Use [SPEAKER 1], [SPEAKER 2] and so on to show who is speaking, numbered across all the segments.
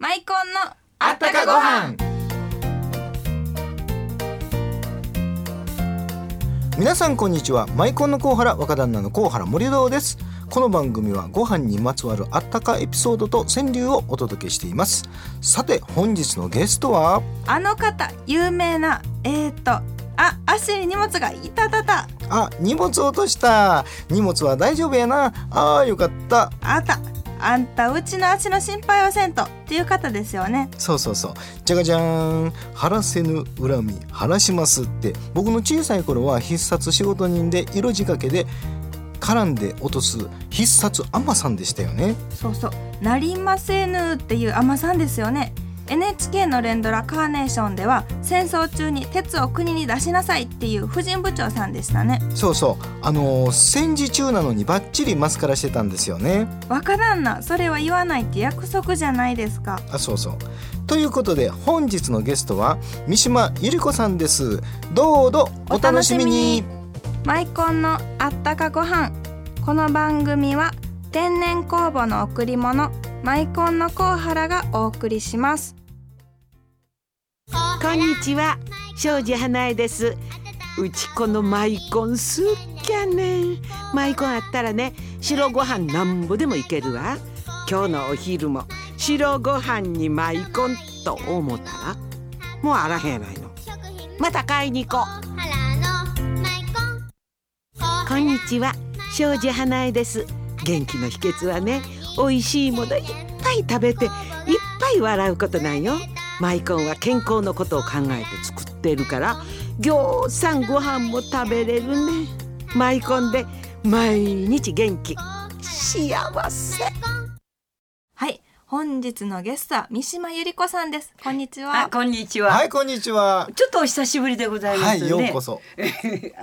[SPEAKER 1] 大根の
[SPEAKER 2] あったかご飯
[SPEAKER 3] 皆さんこんにちはマイコンのコウハラ若旦那のコウハラ森堂ですこの番組はご飯にまつわるあったかエピソードと川柳をお届けしていますさて本日のゲストは
[SPEAKER 1] あの方有名なえー、とあ足に荷物がいたたた
[SPEAKER 3] あ荷物落とした荷物は大丈夫やなあーよかった
[SPEAKER 1] あたあんたうちの足の心配はせんとっていう方ですよね
[SPEAKER 3] そうそうそうじゃがじゃーん晴らせぬ恨み晴らしますって僕の小さい頃は必殺仕事人で色仕掛けで絡んで落とす必殺アマさんでしたよね
[SPEAKER 1] そうそうなりませぬっていう甘さんですよね NHK の連ドラカーネーションでは戦争中に鉄を国に出しなさいっていう婦人部長さんでしたね
[SPEAKER 3] そうそうあのー戦時中なのにバッチリマスカラしてたんですよね
[SPEAKER 1] 若旦那それは言わないって約束じゃないですか
[SPEAKER 3] あそうそうということで本日のゲストは三島ゆり子さんですどうぞお楽しみに
[SPEAKER 1] マイコンのあったかご飯この番組は天然酵母の贈り物マイコンのコウハラがお送りします
[SPEAKER 4] こんにちは庄司花江ですうちこのマイコンすっきゃねマイコンあったらね白ご飯なんぼでもいけるわ今日のお昼も白ご飯にマイコンと思ったらもうあらへんやないのまた買いに行こうこんにちは庄司花江です元気の秘訣はね美味しいものいっぱい食べていっぱい笑うことなんよマイコンは健康のことを考えて作っているからぎょうさんご飯も食べれるねマイコンで毎日元気幸せ
[SPEAKER 1] はい本日のゲストは三島由里子さんですこんにちは
[SPEAKER 5] あこんにちは、
[SPEAKER 3] はいこんにちは
[SPEAKER 5] ちょっとお久しぶりでございま
[SPEAKER 3] は
[SPEAKER 5] す
[SPEAKER 3] い
[SPEAKER 5] ね、
[SPEAKER 3] ようこそ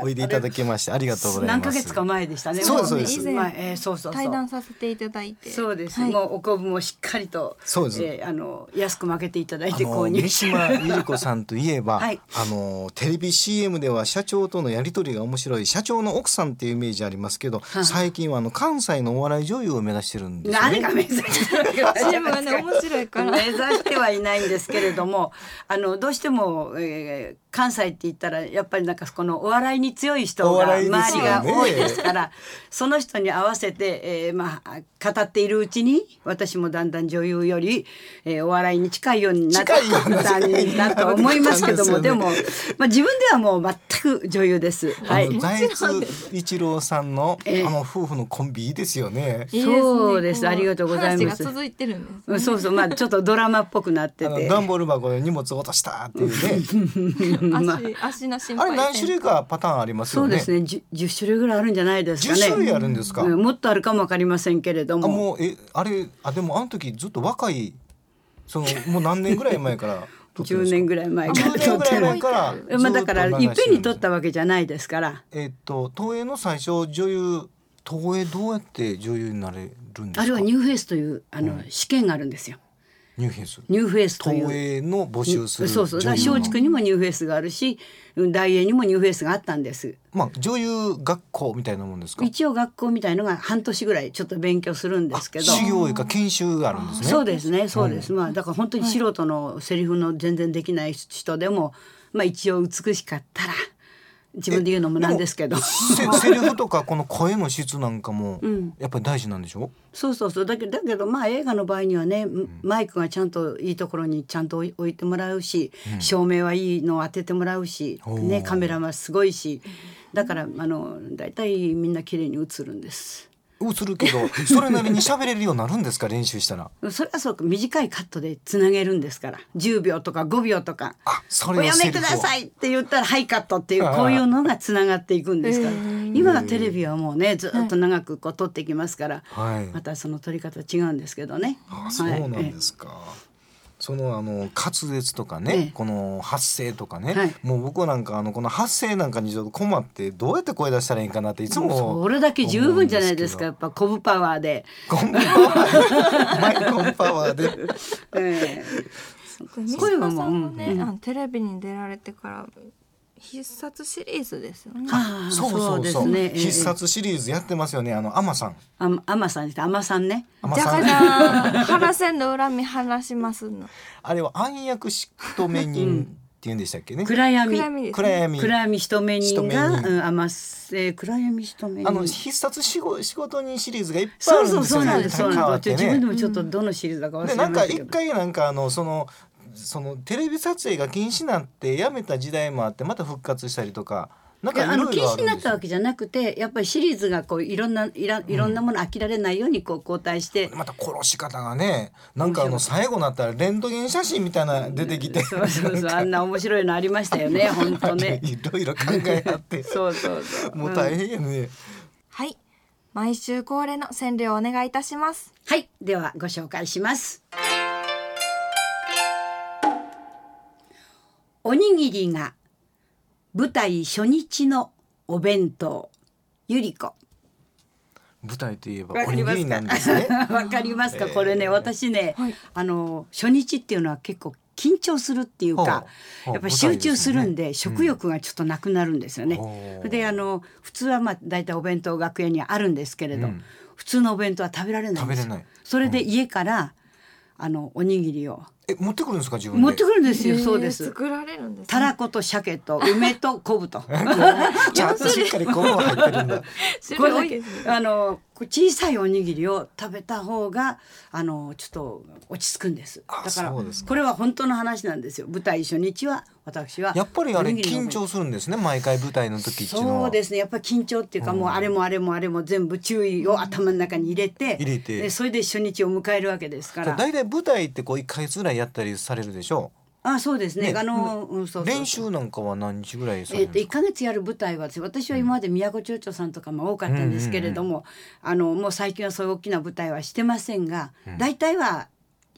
[SPEAKER 3] おいでいただきましてありがとうございます
[SPEAKER 5] 何ヶ月か前でしたね
[SPEAKER 3] そうですそうです
[SPEAKER 5] もね前えーそうそう
[SPEAKER 1] 対
[SPEAKER 5] そう
[SPEAKER 1] 談させていただいて
[SPEAKER 5] そうです、
[SPEAKER 1] はい
[SPEAKER 5] もうお昆布もしっかりと
[SPEAKER 3] そうです
[SPEAKER 5] えーあの安く負けていただい
[SPEAKER 3] あ
[SPEAKER 5] て購
[SPEAKER 3] の
[SPEAKER 5] 入
[SPEAKER 3] 三
[SPEAKER 5] して
[SPEAKER 3] 島ゆり子さんといえば、
[SPEAKER 5] はい
[SPEAKER 3] あのテレビ CM では社長とのやり取りが面白い社長の奥さんっていうイメージありますけど、
[SPEAKER 5] い
[SPEAKER 3] 最近はあの関西のお笑い女優を目指してるんですよ
[SPEAKER 5] 何
[SPEAKER 3] ね
[SPEAKER 5] が。目指して るかわかりませ
[SPEAKER 1] で
[SPEAKER 5] ん
[SPEAKER 1] もね面白いから
[SPEAKER 5] 目指してはいないんですけれどもあのどうしても、えー関西って言ったらやっぱりなんかこのお笑いに強い人
[SPEAKER 3] お
[SPEAKER 5] が
[SPEAKER 3] 笑いですよ
[SPEAKER 5] 周り
[SPEAKER 3] ね
[SPEAKER 5] が多いですからその人に合わせて、えーまあ、語っているうちに私もだんだん女優より、えーお笑いに近いようになって
[SPEAKER 3] 近いよう
[SPEAKER 5] き
[SPEAKER 3] な
[SPEAKER 5] たんだと思いますけども
[SPEAKER 3] 近
[SPEAKER 5] で
[SPEAKER 3] いよう
[SPEAKER 5] も、まあ、自分ではもう全く女優です。は
[SPEAKER 3] あ
[SPEAKER 5] い
[SPEAKER 3] の財津一郎さんの、
[SPEAKER 5] ええ
[SPEAKER 3] あの夫婦のコンビいいですよね。
[SPEAKER 1] いい
[SPEAKER 5] そうです
[SPEAKER 1] こ
[SPEAKER 5] ありがとうございます
[SPEAKER 1] 話が続いてるんです
[SPEAKER 5] うんそうそうまあちょっとドラマっぽくなって
[SPEAKER 3] あの
[SPEAKER 5] て。
[SPEAKER 3] 段ボール箱で荷物落としたって いうね。
[SPEAKER 1] 足足の心
[SPEAKER 3] あ
[SPEAKER 1] 配
[SPEAKER 3] れ何種類かパターンあります
[SPEAKER 5] そ
[SPEAKER 3] よ
[SPEAKER 5] うで
[SPEAKER 3] ね。
[SPEAKER 5] すね。十十種類ぐらいあるんじゃないですかね。
[SPEAKER 3] 10種類あるんですか
[SPEAKER 5] うんもっとあるかもわかりませんけれど
[SPEAKER 3] あ
[SPEAKER 5] も。
[SPEAKER 3] もうえあれあでもあの時ずっと若いそのもう何年ぐらい前から撮ってるん
[SPEAKER 5] 10
[SPEAKER 3] ですか。
[SPEAKER 5] 年ぐらい前
[SPEAKER 3] あ
[SPEAKER 5] から
[SPEAKER 3] 10年ぐらい前から
[SPEAKER 5] うんまあだから
[SPEAKER 3] ずっと
[SPEAKER 5] いっ
[SPEAKER 3] 流して
[SPEAKER 5] ぺ
[SPEAKER 3] る
[SPEAKER 5] ん
[SPEAKER 3] ん
[SPEAKER 5] に
[SPEAKER 3] で
[SPEAKER 5] 撮
[SPEAKER 3] す
[SPEAKER 5] ったわけじゃないですから。
[SPEAKER 3] えっと東映の最初女優東映どうやって女優になれるんですか
[SPEAKER 5] あるはニューフェイスというあの、試験があるんですよ。
[SPEAKER 3] ニューフェイス
[SPEAKER 5] ニューフェイスという。
[SPEAKER 3] 東映の募
[SPEAKER 5] う
[SPEAKER 3] 集
[SPEAKER 5] ん
[SPEAKER 3] する
[SPEAKER 5] そうそう。だから
[SPEAKER 3] 女優の
[SPEAKER 5] 松竹にもニューフェイスがあるし、うん大英にもニューフェイスがあったんです。
[SPEAKER 3] まあ女優学校みたいなもんですか
[SPEAKER 5] 一応学校みたいのが半年ぐらいちょっと勉強するんですけど。
[SPEAKER 3] 修行医か研修があるんですね
[SPEAKER 5] そうですね、そうです。まあだから本当に素人のセリフの全然できない人でも、まあ一応美しかったら自分で言うのもなんですけど。
[SPEAKER 3] せセリフとかこの声の質なんかもやっぱり大事なんでしょ、
[SPEAKER 5] そうそうそうだけどだけどまあ映画の場合にはね、マイクがちゃんといいところにちゃんと置い置いてもらうし、照明はいいのを当ててもらうし、
[SPEAKER 3] おー
[SPEAKER 5] ねカメラはすごいし、だからあのだいたいみんな綺麗に映るんです。
[SPEAKER 3] う映るけどそれなりに喋れるようになるんですか練習したら
[SPEAKER 5] それはそうか短いカットでつなげるんですから10秒とか5秒とか
[SPEAKER 3] あそ
[SPEAKER 5] お
[SPEAKER 3] れを
[SPEAKER 5] や
[SPEAKER 3] セ
[SPEAKER 5] め
[SPEAKER 3] リフ
[SPEAKER 5] く
[SPEAKER 3] を
[SPEAKER 5] ださいって言ったら「はいカット」っていう
[SPEAKER 3] ああ
[SPEAKER 5] こういうのがつながっていくんですから今はテレビはもうねずっと長くこう撮ってきますから、
[SPEAKER 3] はい
[SPEAKER 5] またその撮り方違うんですけどね。
[SPEAKER 3] あそうなん
[SPEAKER 5] はいえ
[SPEAKER 3] で
[SPEAKER 5] え
[SPEAKER 3] すか。そのあの滑舌とか
[SPEAKER 5] え
[SPEAKER 3] ね
[SPEAKER 5] え、
[SPEAKER 3] この発声とかね、
[SPEAKER 5] はい
[SPEAKER 3] もう僕なんかあのこの発声なんかにちょっと困ってどうやって声出したらいいんかなっていつも
[SPEAKER 5] それだけ十分じゃないですかや
[SPEAKER 3] 思
[SPEAKER 5] っぱコブパワーで、
[SPEAKER 3] うんですけど。コンパワーマイコンパワーで。
[SPEAKER 5] ええ
[SPEAKER 1] 三島さんもね、あのテレビに出られてから必殺シリーズですよね。
[SPEAKER 5] あー
[SPEAKER 3] そうそうそう
[SPEAKER 5] ですねええ
[SPEAKER 3] 必殺シリーズやってますよねあのアマさん
[SPEAKER 5] あんあまさんですあまさんね
[SPEAKER 3] アマ
[SPEAKER 1] じゃ
[SPEAKER 3] さ
[SPEAKER 1] か
[SPEAKER 3] ん
[SPEAKER 1] じゃん、らせんの恨み話しますの。
[SPEAKER 3] あれは暗躍しとめ人って言うんでしたっけね、
[SPEAKER 5] 暗闇
[SPEAKER 1] 暗闇です、
[SPEAKER 3] 暗
[SPEAKER 1] ね。
[SPEAKER 3] 闇
[SPEAKER 5] 暗闇一目人が
[SPEAKER 3] 一目人
[SPEAKER 5] うんあませ暗闇一目人
[SPEAKER 3] あの必殺仕事仕事人シリーズがいっぱいあ
[SPEAKER 5] そう
[SPEAKER 3] るん
[SPEAKER 5] そ
[SPEAKER 3] で
[SPEAKER 5] う
[SPEAKER 3] すよ
[SPEAKER 5] そう
[SPEAKER 3] ね
[SPEAKER 5] なんですそうなんです、
[SPEAKER 3] 変わって
[SPEAKER 5] 自分で
[SPEAKER 3] ね
[SPEAKER 5] もちょっとどのシリーズだか忘
[SPEAKER 3] で
[SPEAKER 5] れ
[SPEAKER 3] なん
[SPEAKER 5] ま
[SPEAKER 3] か
[SPEAKER 5] したけ
[SPEAKER 3] 一
[SPEAKER 5] ど
[SPEAKER 3] 回なんかあのそのそのテレビ撮影が禁止になってやめた時代もあってまた復活したりとかなん
[SPEAKER 5] い
[SPEAKER 3] かい
[SPEAKER 5] やあの
[SPEAKER 3] ろい
[SPEAKER 5] 禁
[SPEAKER 3] ろあ
[SPEAKER 5] 止
[SPEAKER 3] る
[SPEAKER 5] に
[SPEAKER 3] ん
[SPEAKER 5] な
[SPEAKER 3] で
[SPEAKER 5] っ
[SPEAKER 3] す
[SPEAKER 5] た
[SPEAKER 3] よ
[SPEAKER 5] わけじゃなくてやっぱりシリーズがこういろんないらいろんなもの飽きられないようにこう交代して、
[SPEAKER 3] また殺し方がねなんかあの最後になったらレントゲン写真みたいなの出てきて
[SPEAKER 5] そうそうそうあんな面白いのありましたよね本 当ね
[SPEAKER 3] いろいろ考えあって
[SPEAKER 5] そうそうそう
[SPEAKER 3] もう大変やね
[SPEAKER 1] はい。毎週恒例の占領をお願いいたします。
[SPEAKER 5] はいではご紹介しますおにぎりが舞台初日のお弁当ゆり子
[SPEAKER 3] 舞台といえば
[SPEAKER 5] わ
[SPEAKER 3] お
[SPEAKER 5] か
[SPEAKER 3] に
[SPEAKER 5] りま
[SPEAKER 3] ぎり
[SPEAKER 5] す
[SPEAKER 3] な
[SPEAKER 5] か
[SPEAKER 3] んです ね
[SPEAKER 5] わかりますか
[SPEAKER 3] えー
[SPEAKER 5] これね私ね、
[SPEAKER 1] はい
[SPEAKER 5] あの初日っていうのは結構緊張するっていう
[SPEAKER 3] ほう
[SPEAKER 5] か
[SPEAKER 3] ほう
[SPEAKER 5] やっぱり集中するん
[SPEAKER 3] 舞
[SPEAKER 5] で
[SPEAKER 3] 台ですね
[SPEAKER 5] 食欲がちょっとなくなるんですよね。
[SPEAKER 3] ほう
[SPEAKER 5] それであの普通はまあ大体お弁当楽屋にはあるんですけれど、
[SPEAKER 3] うん
[SPEAKER 5] 普通のお弁当は食べられないんですよ
[SPEAKER 3] 食べれない
[SPEAKER 5] それで家から、あのおにぎりを
[SPEAKER 3] え持ってくるんですか自分で
[SPEAKER 5] 持ってくるんですよ、そう
[SPEAKER 1] え
[SPEAKER 5] で
[SPEAKER 1] ー
[SPEAKER 5] す。
[SPEAKER 1] 作られるんです、
[SPEAKER 5] たらこと鮭 と梅と昆布と
[SPEAKER 3] ちゃんとしっかりこう入って るんだ
[SPEAKER 1] 知
[SPEAKER 5] こ
[SPEAKER 1] ら
[SPEAKER 5] れ
[SPEAKER 1] ないですね。
[SPEAKER 5] あの小さいおにぎりを食べた方があのちょっと落ち着くんです
[SPEAKER 3] あ
[SPEAKER 5] だから
[SPEAKER 3] そうですか
[SPEAKER 5] これは本当の話なんですよ舞台初日は私は
[SPEAKER 3] やっぱりあれ
[SPEAKER 5] おにぎりの
[SPEAKER 3] 緊張するんですね毎回舞台の時っていうのは
[SPEAKER 5] そうですねやっぱり緊張っていうか、もうあれもあれもあれも全部注意を頭の中に入れて
[SPEAKER 3] 入れて
[SPEAKER 5] でそれで初日を迎えるわけですから
[SPEAKER 3] だいたい舞台ってこう一ヶ月ぐらいやったりされるでしょ
[SPEAKER 5] あそうですね
[SPEAKER 3] ね
[SPEAKER 5] あの、うん、そうそう
[SPEAKER 3] 練習なんかは何日ぐらいされ
[SPEAKER 5] え
[SPEAKER 3] る
[SPEAKER 5] っ
[SPEAKER 3] ん
[SPEAKER 5] と
[SPEAKER 3] です
[SPEAKER 5] 1
[SPEAKER 3] か、
[SPEAKER 5] か月やる舞台はですね私は今まで宮古町長さんとかも多かったんですけれども、あのもう最近はそういう大きな舞台はしてませんが、大体は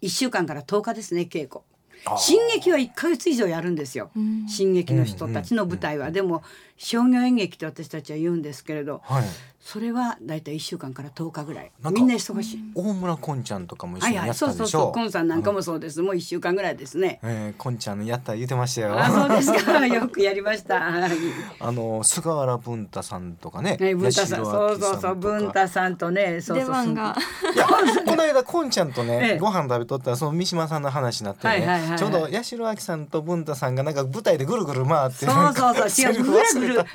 [SPEAKER 5] 1週間から10日ですね稽古
[SPEAKER 3] あー
[SPEAKER 5] 進撃は1か月以上やるんですよ、
[SPEAKER 1] ん
[SPEAKER 5] 進撃の人たちの舞台は、でも商業演劇って私たちは言うんですけれど
[SPEAKER 3] はい
[SPEAKER 5] それは大体1週間から10日ぐらい
[SPEAKER 3] なんか
[SPEAKER 5] みんな忙しい。
[SPEAKER 3] 大村こんちゃんとかも一緒
[SPEAKER 5] はい
[SPEAKER 3] に
[SPEAKER 5] は
[SPEAKER 3] や
[SPEAKER 5] い、
[SPEAKER 3] っ
[SPEAKER 5] そ
[SPEAKER 3] た
[SPEAKER 5] うん
[SPEAKER 3] でしょ
[SPEAKER 5] そうそう、コンさんなんかもそうです。もう一週間ぐらいですね。
[SPEAKER 3] えー、こんちゃんのやった言ってましたよ
[SPEAKER 5] あ、そうですか。よくやりました。はい
[SPEAKER 3] あの菅原文太さんとかね。
[SPEAKER 5] ね、文太さん、
[SPEAKER 3] 八代亜
[SPEAKER 5] そう
[SPEAKER 3] 紀
[SPEAKER 5] そうそう、文太さんとね、そうそう
[SPEAKER 1] 出番が。
[SPEAKER 3] いやこの間こんちゃんとね、
[SPEAKER 5] ええ
[SPEAKER 3] ご飯食べとったらその三島さんの話になってね、
[SPEAKER 5] はいはいはいはい
[SPEAKER 3] ちょうど八代亜紀さんと文太さんがなんか舞台でぐるぐる回って
[SPEAKER 5] そうそうそうそう、
[SPEAKER 3] セ
[SPEAKER 5] 違
[SPEAKER 3] リ
[SPEAKER 5] う、
[SPEAKER 3] フ
[SPEAKER 5] ぐ
[SPEAKER 3] 忘
[SPEAKER 5] ら
[SPEAKER 3] れた
[SPEAKER 5] ぐる。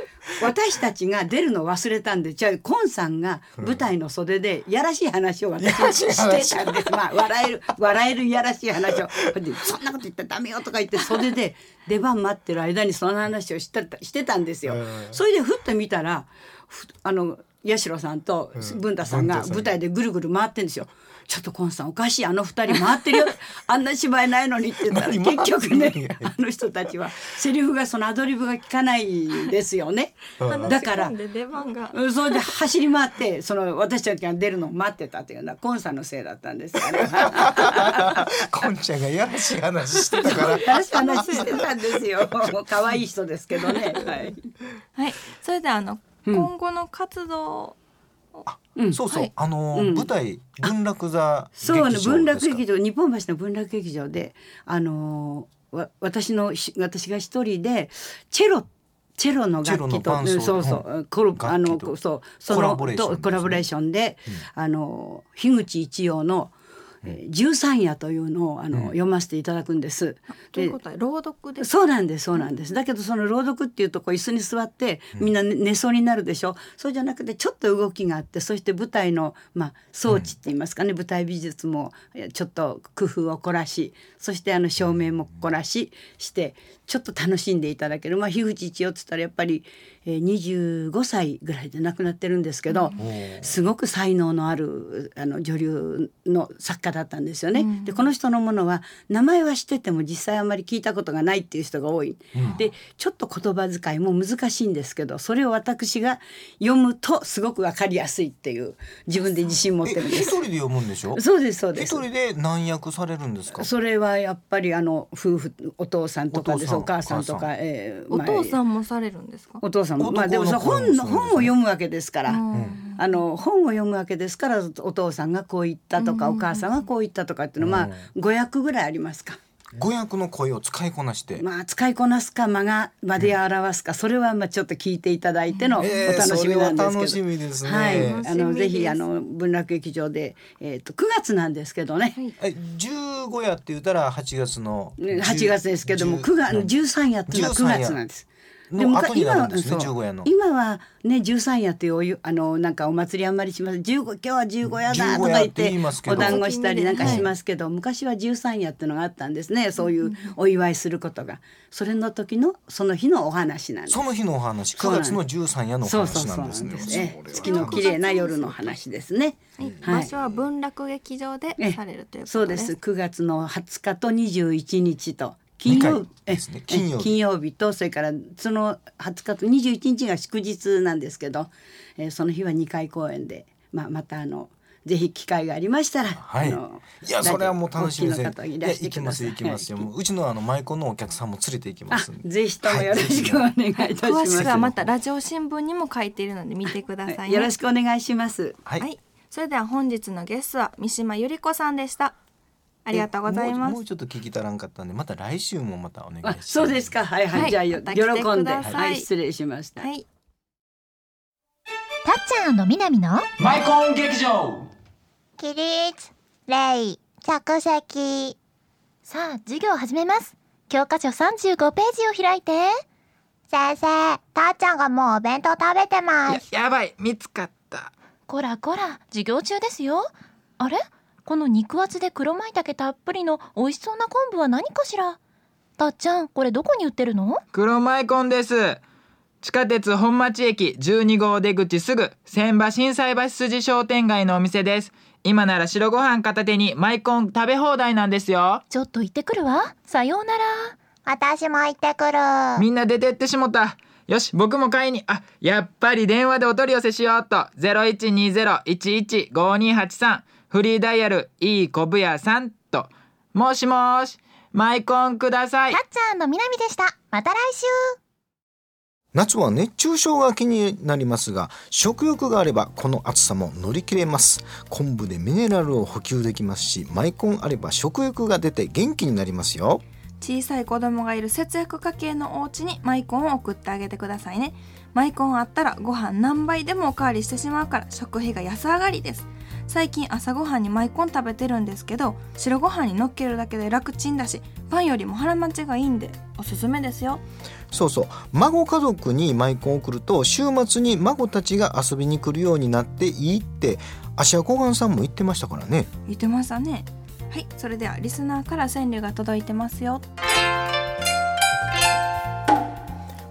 [SPEAKER 5] 私たちが出るの忘れたんで、じゃあ、コンさんが舞台の袖でやらしい話を私にしてたんです。まあ、笑える、笑えるいやらしい話を。でそんなこと言ったらダメよとか言って、袖で出番待ってる間にその話をしたしてたんですよ
[SPEAKER 3] うん。
[SPEAKER 5] それで、ふっと見たら、ふあの、八代さんと文太さん
[SPEAKER 3] 文
[SPEAKER 5] が
[SPEAKER 3] 太さん
[SPEAKER 5] 舞台でぐるぐる回ってんですよ。ちょっとコンさんおかしいあの二人回ってるよあんな芝居ないのにって言ったら
[SPEAKER 3] 何回
[SPEAKER 5] 結
[SPEAKER 3] ってんの
[SPEAKER 5] 局ね あの人たちはセリフがそのアドリブが効かないですよね。だ
[SPEAKER 1] 話し
[SPEAKER 5] か
[SPEAKER 1] 込
[SPEAKER 5] ら
[SPEAKER 1] んで出番が。
[SPEAKER 5] うんそれで走り回ってその私たちが出るのを待ってたというのはコンさんのせいだったんですよね。
[SPEAKER 3] こんちゃんがやらしい話してたから。
[SPEAKER 5] 話してたんですよ。可愛い人ですけどね。はい。
[SPEAKER 1] はい。それではあの、今後の活動
[SPEAKER 5] うん
[SPEAKER 3] そうそう、
[SPEAKER 1] はい
[SPEAKER 3] あのー、
[SPEAKER 5] うん
[SPEAKER 3] 舞台文楽座劇
[SPEAKER 5] そう
[SPEAKER 3] 場
[SPEAKER 5] あ
[SPEAKER 3] で
[SPEAKER 5] の
[SPEAKER 3] すか。
[SPEAKER 5] 文楽劇場日本橋の文楽劇場であのーわ私のし私が一人でチェロチェロの楽器
[SPEAKER 3] チェロの
[SPEAKER 5] と
[SPEAKER 3] 伴奏
[SPEAKER 5] うんそうそううコロあ
[SPEAKER 3] 楽
[SPEAKER 5] の
[SPEAKER 3] 器と
[SPEAKER 5] そうその
[SPEAKER 3] コラボレーションですね
[SPEAKER 5] とコラボレーションで、あのー樋口一葉のえー十三夜というのをあの、読ませていただくんです。
[SPEAKER 1] とい
[SPEAKER 5] で
[SPEAKER 1] うことは朗読です。
[SPEAKER 5] そうなんですそうなんですだけどその朗読っていうとこう椅子に座ってみんな寝寝そうになるでしょそうじゃなくてちょっと動きがあってそして舞台の、まあ、装置って言いますかね、舞台美術もえちょっと工夫を凝らしそしてあの照明も凝らししてちょっと楽しんでいただける、まあ、樋口一葉っつったらやっぱり、えー25歳ぐらいで亡くなってるんですけど、すごく才能のあるあの女流の作家だったんですよね。でこの人のものは名前は知ってても実際あまり聞いたことがないっていう人が多い、でちょっと言葉遣いも難しいんですけどそれを私が読むとすごくわかりやすいっていう自分で自信持って
[SPEAKER 3] え
[SPEAKER 5] るんで
[SPEAKER 3] 一
[SPEAKER 5] す。
[SPEAKER 3] 人で読むんでしょ。
[SPEAKER 5] そうですそうで
[SPEAKER 3] 一
[SPEAKER 5] す
[SPEAKER 3] 人で何役されるんですか。
[SPEAKER 5] それはやっぱりあの夫婦お父さんとかで
[SPEAKER 3] お父
[SPEAKER 5] す
[SPEAKER 3] さん
[SPEAKER 5] お母さんと
[SPEAKER 3] お母さ
[SPEAKER 5] か、えー
[SPEAKER 1] お
[SPEAKER 5] まあ
[SPEAKER 1] 父さんもされるんですか。
[SPEAKER 5] お父さんもまあでも
[SPEAKER 3] 男の子も
[SPEAKER 5] その本
[SPEAKER 3] そうで
[SPEAKER 5] の
[SPEAKER 3] すね
[SPEAKER 5] 本を読むわけですから、
[SPEAKER 1] うん
[SPEAKER 5] あの本を読むわけですからお父さんがこう言ったとか、お母さんがこう言ったとかっていうのはまあ500ぐらいありますか。
[SPEAKER 3] 語訳の声を使いこなして、
[SPEAKER 5] まあ使いこなすか間が間で表すか、それはまあちょっと聞いていただいてのお
[SPEAKER 3] えー
[SPEAKER 5] 楽しみなんです
[SPEAKER 3] それは
[SPEAKER 5] けど、
[SPEAKER 3] 楽しみですね
[SPEAKER 5] はい、あの
[SPEAKER 1] 楽しみで
[SPEAKER 5] ぜ
[SPEAKER 1] す
[SPEAKER 5] ひあの文楽劇場でえっ、と9月なんですけどね、
[SPEAKER 3] え15夜って言ったら8月の
[SPEAKER 5] ね8月ですけども
[SPEAKER 3] 10
[SPEAKER 5] 9月13夜っていうのは9
[SPEAKER 3] 13夜
[SPEAKER 5] 月なんです。
[SPEAKER 3] の
[SPEAKER 5] むか
[SPEAKER 3] 後になるんですね
[SPEAKER 5] 今は
[SPEAKER 3] 15夜の
[SPEAKER 5] 今はね十三夜というお湯あのなんかお祭りあんまりします十五今日は十五夜だとか言
[SPEAKER 3] 15
[SPEAKER 5] っ
[SPEAKER 3] 夜って
[SPEAKER 5] て
[SPEAKER 3] 言いますけど
[SPEAKER 5] お団子したりなんかしますけど、昔は十三夜っていうのがあったんですねそういうお祝いすることがそれの時のその日のお話なんです
[SPEAKER 3] その日のお話9月の13夜のお
[SPEAKER 5] そうそう
[SPEAKER 3] 話
[SPEAKER 5] そう
[SPEAKER 3] な
[SPEAKER 5] なんん
[SPEAKER 3] で
[SPEAKER 5] です
[SPEAKER 3] ね
[SPEAKER 5] すね
[SPEAKER 3] それは
[SPEAKER 5] 月の綺麗な夜の話ですね
[SPEAKER 1] はい、
[SPEAKER 5] はい
[SPEAKER 1] 場所は文楽劇場で
[SPEAKER 5] ええ
[SPEAKER 1] されるということです。
[SPEAKER 5] そうです。9月の20日と21日と金曜
[SPEAKER 3] 二
[SPEAKER 5] 日
[SPEAKER 3] 回
[SPEAKER 5] え
[SPEAKER 3] ですね金曜日
[SPEAKER 5] え金曜日とそれからその20日と21日が祝日なんですけど、えーその日は2回公演で、まあ、またあのぜひ機会がありましたら、
[SPEAKER 3] はい。
[SPEAKER 5] あの
[SPEAKER 3] いや、それはもう楽しみですね
[SPEAKER 5] お聞きの方。い
[SPEAKER 3] い
[SPEAKER 5] ら
[SPEAKER 3] や、
[SPEAKER 5] して
[SPEAKER 3] 行き
[SPEAKER 5] く
[SPEAKER 3] ま
[SPEAKER 5] だ
[SPEAKER 3] す、
[SPEAKER 5] さい
[SPEAKER 3] 行きますよ。もううちのあの、舞妓のお客さんも連れて行きま
[SPEAKER 5] あ
[SPEAKER 3] すんで。
[SPEAKER 5] ぜひともよろしくお願いいたします、
[SPEAKER 1] 詳しくはまたラジオ新聞にも書いているので見てください、ね
[SPEAKER 5] よろしくお願いします
[SPEAKER 3] は
[SPEAKER 1] はい、それでは本日のゲストは三島由里子さんでしたありがとうござい
[SPEAKER 3] も
[SPEAKER 1] ま
[SPEAKER 3] う
[SPEAKER 1] す
[SPEAKER 3] もうちょっと聞き足らんかったんで、また来週もまたお願いしま
[SPEAKER 5] あ
[SPEAKER 3] す。
[SPEAKER 5] そうですか。はいはい、
[SPEAKER 1] はい
[SPEAKER 5] じゃあよ
[SPEAKER 1] また来
[SPEAKER 5] 喜
[SPEAKER 1] て
[SPEAKER 5] ん
[SPEAKER 1] く
[SPEAKER 5] で、
[SPEAKER 1] ださい
[SPEAKER 5] はい、失礼しました、
[SPEAKER 1] はい
[SPEAKER 2] たっちゃんのみなみの
[SPEAKER 6] マイコン劇場
[SPEAKER 2] 起立礼着席さあ授業始めます教科書35ページを開いて先生たっちゃんがもうお弁当食べてま
[SPEAKER 7] やばい見つかった
[SPEAKER 2] こらこら授業中ですよあれこの肉厚で黒舞茸たっぷりの美味しそうな昆布は何かしらたっちゃんこれどこに売ってるの
[SPEAKER 7] 黒マイコンです地下鉄本町駅12号出口すぐ千葉震災橋筋商店街のお店です今なら白ご飯片手にマイコン食べ放題なんですよ
[SPEAKER 2] ちょっと行ってくるわさようなら私も行ってくる
[SPEAKER 7] みんな出てってしもたよし僕も買いにあやっぱり電話でお取り寄せしようっと0120-115283フリーダイヤルいいこぶやさんともしもしマイコンください
[SPEAKER 2] っちゃんのみなみでしたまた来週
[SPEAKER 3] 夏は熱中症が気になりますが食欲があればこの暑さも乗り切れます昆布でミネラルを補給できますしマイコンあれば食欲が出て元気になりますよ
[SPEAKER 1] 小さい子供がいる節約家系のお家にマイコンを送ってあげてくださいねマイコンあったらご飯何倍でもおかわりしてしまうから食費が安上がりです最近朝ごはんにマイコン食べてるんですけど白ご飯に乗っけるだけで楽ちんだしパンよりも腹持ちがいいんでおすすめですよ
[SPEAKER 3] そうそう孫家族にマイコンを送ると週末に孫たちが遊びに来るようになっていいって芦屋小雁さんも言ってましたからね
[SPEAKER 1] 言ってましたねはいそれではリスナーから川柳が届いてますよ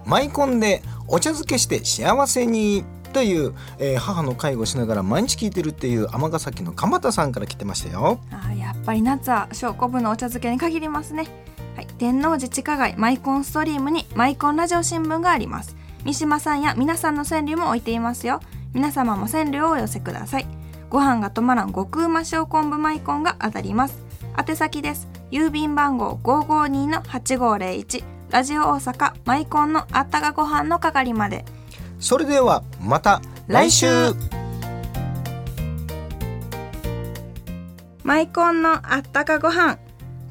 [SPEAKER 3] マイコンでお茶漬けして幸せにという、えー母の介護をしながら毎日聞いてるっていう尼崎の鎌田さんから来てましたよ
[SPEAKER 1] あーやっぱり夏は小昆布のお茶漬けに限りますね、はい、天王寺地下街マイコンストリームにマイコンラジオ新聞があります三島さんや皆さんの川柳も置いていますよ皆様も川柳をお寄せくださいご飯が止まらん極うま塩昆布マイコンが当たります宛先です郵便番号552-8501ラジオ大阪マイコンのあったかご飯の係まで
[SPEAKER 3] それではまた来週
[SPEAKER 1] マイコンのあったかご飯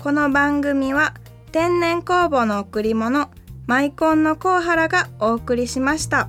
[SPEAKER 1] この番組は天然酵母の贈り物マイコンのコウハラがお送りしました。